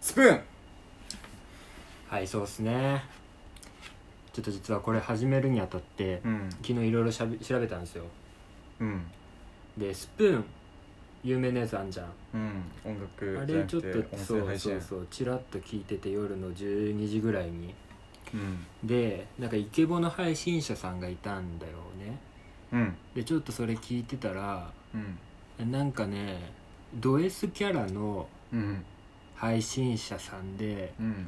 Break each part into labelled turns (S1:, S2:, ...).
S1: スプーン
S2: はいそうですねちょっと実はこれ始めるにあたって、
S1: うん
S2: 昨日いろいろしゃべ調べたんですよ
S1: うん
S2: でスプーン有名なやつあんじゃん
S1: うん音楽
S2: あ
S1: じゃ
S2: れ
S1: な
S2: ちょ
S1: く
S2: ってと
S1: 音
S2: そ
S1: 声
S2: う
S1: 配
S2: そう
S1: 信
S2: そうチラッと聞いてて夜の12時ぐらいに
S1: うん
S2: でなんかイケボの配信者さんがいたんだよね
S1: うん
S2: でちょっとそれ聞いてたら
S1: うん
S2: なんかねド S キャラの
S1: うん
S2: 配信者さんで
S1: うん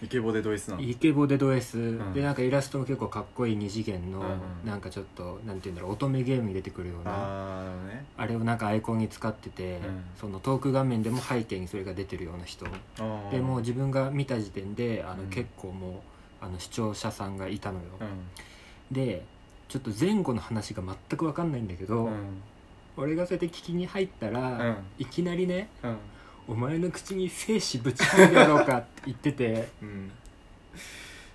S1: イケボでドイツなの
S2: イケボでド S、
S1: ん
S2: でなんかイラストも結構かっこいい二次元の、
S1: うんうん
S2: なんかちょっとなんて言うんだろう乙女ゲームに出てくるようなあ
S1: ああなるほどね
S2: れをなんかアイコンに使ってて、
S1: ん
S2: そのトーク画面でも背景にそれが出てるような人
S1: あー
S2: でもう自分が見た時点であの、
S1: うん
S2: 結構もうあの視聴者さんがいたのよ、
S1: うん
S2: でちょっと前後の話が全く分かんないんだけど、
S1: うん
S2: 俺がそうやって聞きに入ったら、
S1: うん
S2: いきなりね
S1: うん
S2: 「お前の口に精子ぶち込んでやろうか」って言ってて
S1: うん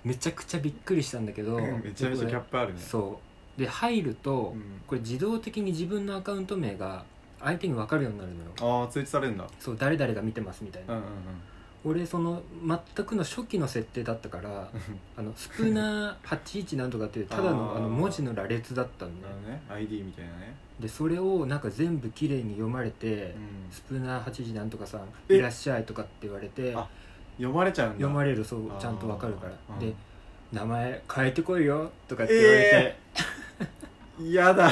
S2: めちゃくちゃびっくりしたんだけど
S1: めちゃめちゃキャップあるね
S2: そうで入ると、
S1: うん
S2: これ自動的に自分のアカウント名が相手に分かるようになるのよ
S1: ああ通知されるんだ
S2: そう誰々が見てますみたいな、
S1: うんうん
S2: 俺その全くの初期の設定だったからあのスプーナー81なんとかっていうただの
S1: あー
S2: あの文字の羅列だったの
S1: うん
S2: ね
S1: なるほどね ID みたいなね
S2: でそれをなんか全部綺麗に読まれて「
S1: うん
S2: スプーナー8時なんとかさん
S1: え
S2: いらっしゃい」とかって言われて
S1: あ読まれちゃうんだ
S2: 読ま
S1: れ
S2: れるそうちゃんとわかるから
S1: うん
S2: で「名前変えてこいよ」とかって言われて、
S1: やだ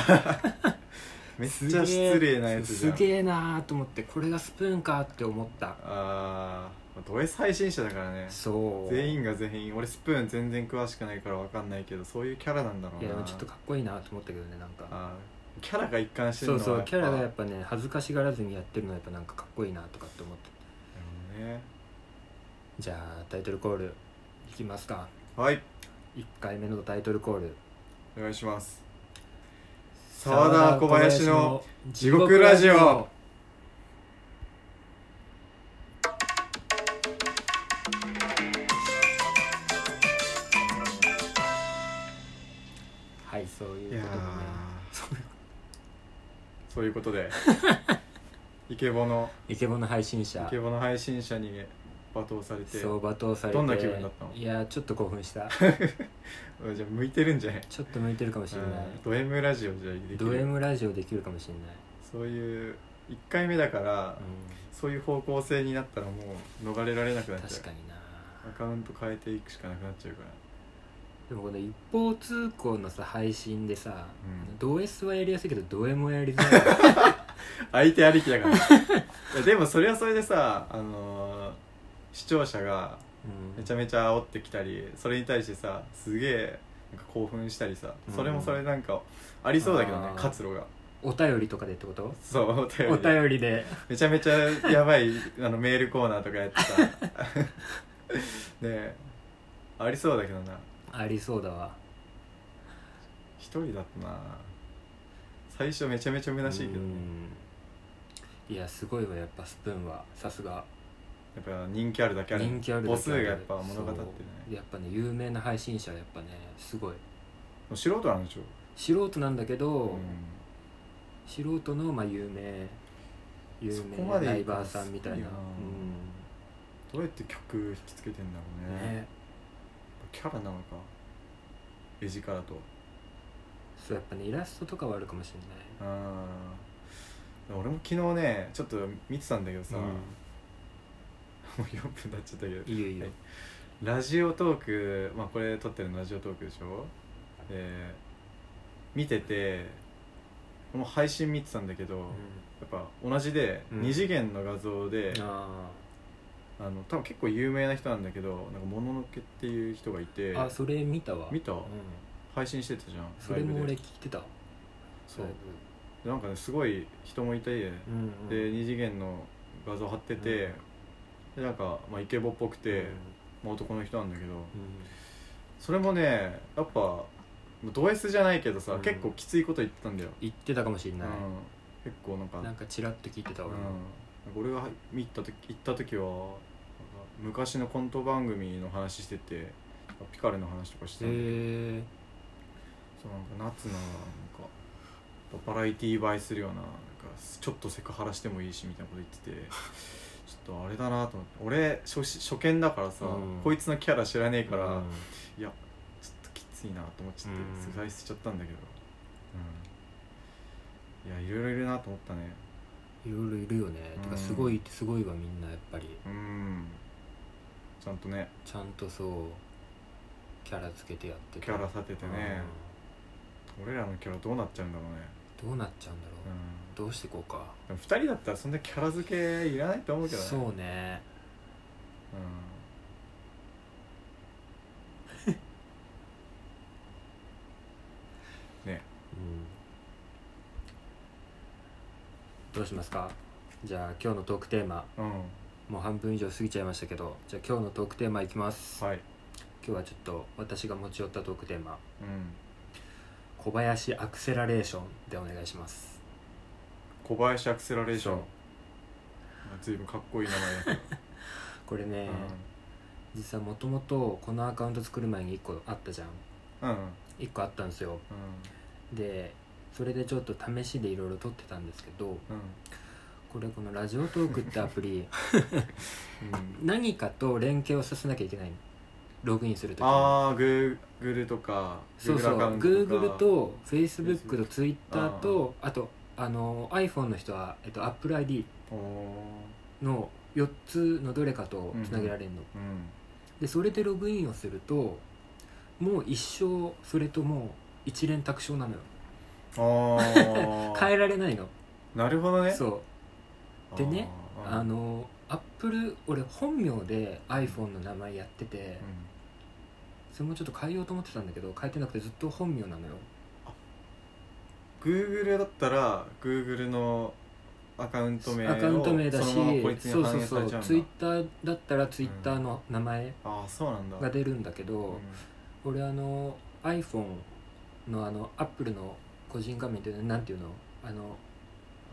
S1: めっちゃ失礼なやつじゃん
S2: すげえなーと思ってこれがスプーンかって思った
S1: あード S 配信者だからね
S2: そう
S1: 全員が全員俺スプーン全然詳しくないから分かんないけどそういうキャラなんだろう
S2: い
S1: な
S2: やでもちょっとかっこいいなと思ったけどねなんか
S1: あーキャラが一貫してる
S2: そ
S1: の
S2: う
S1: は
S2: そう
S1: や
S2: キャラ
S1: っぱ
S2: がやっぱね恥ずかしがらずにやってるのはやっぱなんかかっこいいなとかって思って
S1: なるほどね
S2: じゃあタイトルコールいきますか
S1: はい
S2: 1回目のタイトルコール
S1: お願いします沢田小林の
S2: 地
S1: 獄ラジオ
S2: はいそういうこ
S1: いやー
S2: とでね
S1: そうい うことでイケボの
S2: イケボの配信
S1: イ
S2: 者
S1: ケボの配信者に罵倒されて
S2: そう罵倒されて
S1: どんな気分だったの
S2: いやーちょっと興奮 した
S1: うんじゃあ向いてるんじゃない
S2: ちょっと向いてるかもしれない
S1: うんド M ラジオじゃできる
S2: ド M ラジオできるかもしれない
S1: そういう1回目だから、
S2: う
S1: そういう方向性になったらもう逃れられなくなんっちゃ
S2: 確
S1: う
S2: かにな
S1: アカウント変えていくしかなくなっちゃうから
S2: でもこの一方通行のさ配信でさ、
S1: うん
S2: ド S はやりやすいけどド M はや りづらい
S1: 相手ありき だからいやでもそれはそれでさ、あのー視聴者が
S2: うん
S1: めちゃめちゃ煽ってきたりそれに対してさすげえなんか興奮したりさ、
S2: うん
S1: それもそれなんかありそうだけどね
S2: あー
S1: 活路が
S2: お便りとかでって こと
S1: そうお便
S2: お
S1: りで
S2: 便りで
S1: めちゃめちゃやばいあのメールコーナーとかやっ てさねえありそうだけどな
S2: ありそうだわ
S1: 一人だとな最初めちゃめちゃ虚しいけどね
S2: うんいやすごいわやっぱスプーンはさすが
S1: やっぱ人気あるだけある
S2: 人気あるだけ
S1: 母数がやっぱ物語ってる
S2: そう
S1: ね
S2: やっぱね有名な配信者はやっぱねすごい
S1: もう素人なんでしょ
S2: 素人なんだけど、
S1: う
S2: 素人のまあ有名有
S1: そこ
S2: 名
S1: ま
S2: な
S1: で
S2: ライバーさんみたいな
S1: 行くのどうやって曲引きつけてんだ
S2: う
S1: ろ
S2: ん
S1: うね
S2: ね
S1: キャラなのか絵力と
S2: そうやっぱねイラストとかはあるかもしれない
S1: あー俺も昨日ねちょっと見てたんだけどさ、
S2: うん
S1: もう4分経っちゃったけど
S2: いいよいいよ、
S1: はいラジオトークまあこれ撮ってるのラジオトークでしょで見ててもう配信見てたんだけど、やっぱ同じで、
S2: うん
S1: 二次元の画像で
S2: うん、あ
S1: あの多分結構有名な人なんだけどなんかもののけっていう人がいて
S2: ーあそれ見たわ
S1: 見た
S2: うん、
S1: 配信してたじゃん
S2: それ
S1: ライ
S2: も
S1: ブ
S2: 俺
S1: で
S2: 聞いてた
S1: そう
S2: ライ
S1: でなんかねすごい人もいて、
S2: ブうんうん
S1: で二次元の画像貼ってて、でなんか、まあ、イケボっぽくて、まあ、男の人なんだけど
S2: うんうん
S1: それもねやっぱド S じゃないけどさ、
S2: うん
S1: 結構きついこと言ってたんだよ、
S2: 言ってたかもしれない、
S1: うん結構なんか
S2: なんかチラッと聞いてた
S1: うん
S2: 俺も、
S1: 俺が見た時行った時はなんか昔のコント番組の話しててピカルの話とかしてたんだけど
S2: へえ
S1: そうなんか夏のなんかバラエティー映えするようななんかちょっとセクハラしてもいいしみたいなこと言っててちょっょっとあれだなと思って俺初し初見だからさ、
S2: うん
S1: こいつのキャラ知らねえから、
S2: うん
S1: いやちょっときついなと思っちゃって
S2: うん
S1: すぐ外出しちゃったんだけど、うん、いやいろいろいるなと思ったね
S2: いろいろいるよね、
S1: うん
S2: てかすごいってすごいわみんなやっぱり
S1: うんちゃんとね
S2: ちゃんとそうキャラつけてやってて
S1: キャラ立ててね、俺らのキャラどうなっちゃうんだろうね、
S2: うんどうなっちゃうんだろ
S1: う
S2: う、
S1: ん、
S2: どうしていこうか
S1: でも2人だったらそんなキャラ付けいらないと思うけどね、
S2: そううね
S1: ん、ね
S2: うんどうしますかじゃあ今日のトークテーマ
S1: うん
S2: もう半分以上過ぎちゃいましたけどじゃあ今日のトークテーマいきます、
S1: はい
S2: 今日はちょっと私が持ち寄ったトークテーマ
S1: うん
S2: 小林アクセラレーションでお願いします
S1: 小林アクセラレーション
S2: そう
S1: 随分かっこいい名前だけど、
S2: これ ね、実はもともとこのアカウント作る前に1個あったじゃん
S1: うんうん
S2: 1個あったんですよでそれでちょっと試しでいろいろ撮ってたんですけど
S1: う
S2: これこのラジオトークってアプリ
S1: んうん
S2: 何かと連携をさせなきゃいけないのログインするときに
S1: ああグーグルとか
S2: そうそう Google と Facebook と Twitter
S1: あー
S2: とあとあの iPhone の人は、えっと、AppleID
S1: お
S2: の4つのどれかとつなげられるの、
S1: うん
S2: でそれでログインをするともう一生それともう一連卓勝なのよ
S1: ああ
S2: 変えられないの
S1: なるほどね
S2: そうでね
S1: あー
S2: あのアップル俺本名で iPhone の名前やってて
S1: うん
S2: それもちょっと変えようと思ってたんだけど変えてなくてずっと本名なのよ
S1: Google だったら Google のアカウント名を
S2: アカウント名だし
S1: そのままこいつ
S2: そ
S1: に
S2: うそ
S1: 反
S2: う
S1: 映さ
S2: そ
S1: れ
S2: う
S1: ちゃうんだ
S2: Twitter だったら Twitter の名前
S1: ああそうなんだ
S2: が出るんだけど、
S1: うん
S2: 俺あの iPhone のあの Apple の個人画面っていうのなんていうのあの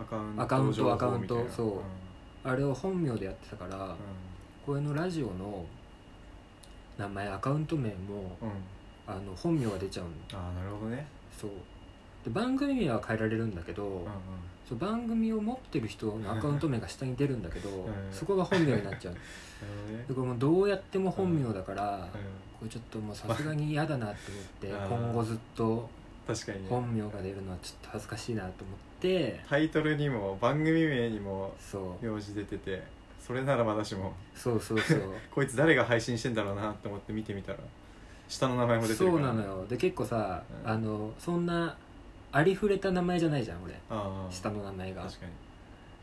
S1: アカウン
S2: アカウント
S1: 情報
S2: アカウント
S1: みたいな
S2: そうんあれを本名でやってたから、これのラジオの名前アカウント名も
S1: うんうん
S2: あの本名が出ちゃうの
S1: ああなるほどね
S2: そうで番組名は変えられるんだけど、
S1: うんうん
S2: そう番組を持ってる人のアカウント名が下に出るんだけど、
S1: ん
S2: そこが本名になっ ちゃう
S1: なるほどね
S2: でこれもうどうやっても本名だから、
S1: う
S2: こ
S1: ん
S2: れちょっともうさすがに嫌だなって思って、
S1: うん
S2: 今後ずっと
S1: 確かにね
S2: 本名が出るのはちょっと恥ずかしいなと思って
S1: タイトルにも番組名にも
S2: そう
S1: 用字出ててそれならまだしも
S2: そうそう そう
S1: こいつ誰が配信してんだろうなと思って見てみたら下の名前も出てる
S2: そ
S1: か
S2: う
S1: ら
S2: なのよで結構さ、
S1: うん
S2: あのそんなありふれた名前じゃないじゃん俺
S1: ああ
S2: 下の名前が
S1: 確かに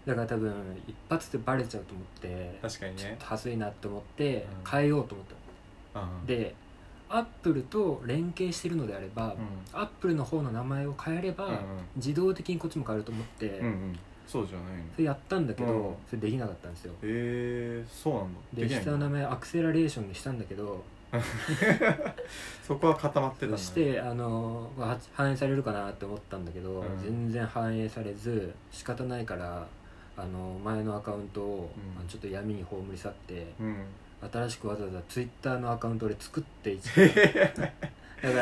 S2: だから多分一発でバレちゃうと思って
S1: 確かに
S2: ちょっ
S1: ね
S2: と恥ずいなと思って
S1: うん
S2: 変えようと思った、
S1: ああ
S2: でアップルと連携してるのであれば、
S1: うん
S2: アップルの方の名前を変えれば、
S1: うん
S2: 自動的にこっちも変えると思って、
S1: うんうんうんそうじゃないの
S2: それやったんだけど、
S1: うん
S2: それできなかったんですよ
S1: えー、そうなんだ
S2: で
S1: きない
S2: 下の
S1: んだ
S2: 名前アクセラレーションにしたんだけど
S1: そこは固まってたん
S2: そ
S1: だ
S2: してあのは反映されるかなって思ったんだけど、
S1: うん
S2: 全然反映されず仕方ないからあの前のアカウントを、
S1: うん
S2: あのちょっと闇に葬り去って
S1: うん
S2: 新しくわざわざツイッターのアカウントで作ってい
S1: へへ
S2: だ
S1: へ
S2: か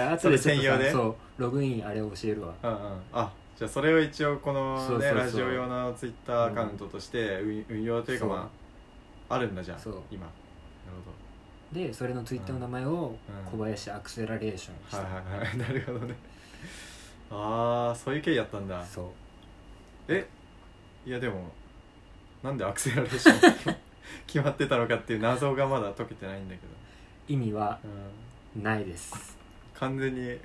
S2: ら後でちょっと
S1: それ専用
S2: さ
S1: で
S2: そうログインあれ教えるわ
S1: うんうんあじゃあそれを一応このね
S2: そうそうそう
S1: ラジオ用のツイッターアカウントとして運,、運用というか
S2: そう
S1: まああるんだじゃあ
S2: そう
S1: 今なる
S2: でそれのツイッターの名前を
S1: うん
S2: 小林アクセラレーションにし
S1: ほ
S2: た、
S1: どはいはい はいなるほどねああそういう経緯やったんだ
S2: そう
S1: えいやでもなんでアクセラレーション 決まってたのかっていう謎がまだ解けてないんだけど、
S2: 意味は
S1: うん、
S2: ないです
S1: 完全に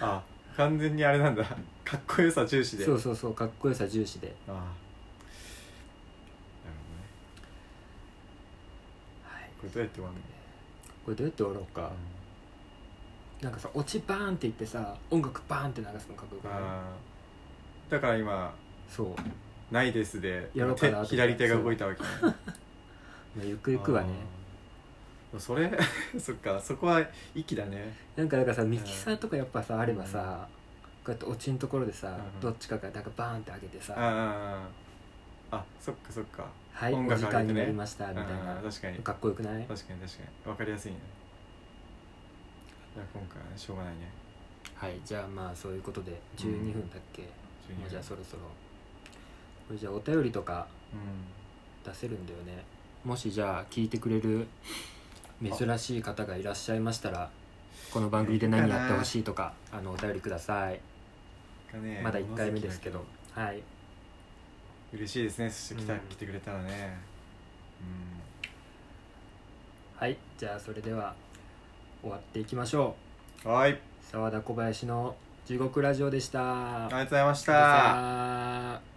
S1: あ完全にあれなんだかっこよさ重視で
S2: そうそうそうかっこよさ重視で
S1: ああなるほどね
S2: はい
S1: これどうやって終わる
S2: これどうやって終わろうか、なんかさオチバーンって言ってさ音楽バーンって流すのかっこよく
S1: の、
S2: ない
S1: あーだから今
S2: そう、ま
S1: 「ないですで」
S2: やろうかな
S1: 手
S2: と
S1: 左手が動いたわけね
S2: あ、ゆくゆくはね
S1: あーそれ そっかそこは息だね
S2: なんかだからさミキサーとかやっぱさあればさ、こうやってオチのところでさ、
S1: うん
S2: どっちかがなんかバーンって上げてさ、
S1: あーあそっかそっか
S2: はい、
S1: 音
S2: お
S1: 楽
S2: 時
S1: 上げ
S2: 間
S1: てね
S2: になりました
S1: あ
S2: みたいな
S1: ー確かに
S2: かっこよくない
S1: 確かに確かにわかりやすいねいや今回はねしょうがないね
S2: はいじゃあまあそういうことで12分だっけ、
S1: 12
S2: もうじゃあそろそろこれじゃあお便りとか
S1: う
S2: 出せるんだよねもしじゃあ聞いてくれる珍しい方がいらっしゃいましたらこの番組で何やってほしいとかあのお便りください
S1: んがね
S2: まだ1回目ですけどはい
S1: 嬉しいですねそして来た、
S2: うん
S1: 来てくれたらね
S2: はいじゃあそれでは終わっていきましょ
S1: うんはいあ
S2: う
S1: り
S2: 澤田小林の地獄ラジオでした
S1: がとうございまし
S2: さよ
S1: た
S2: なら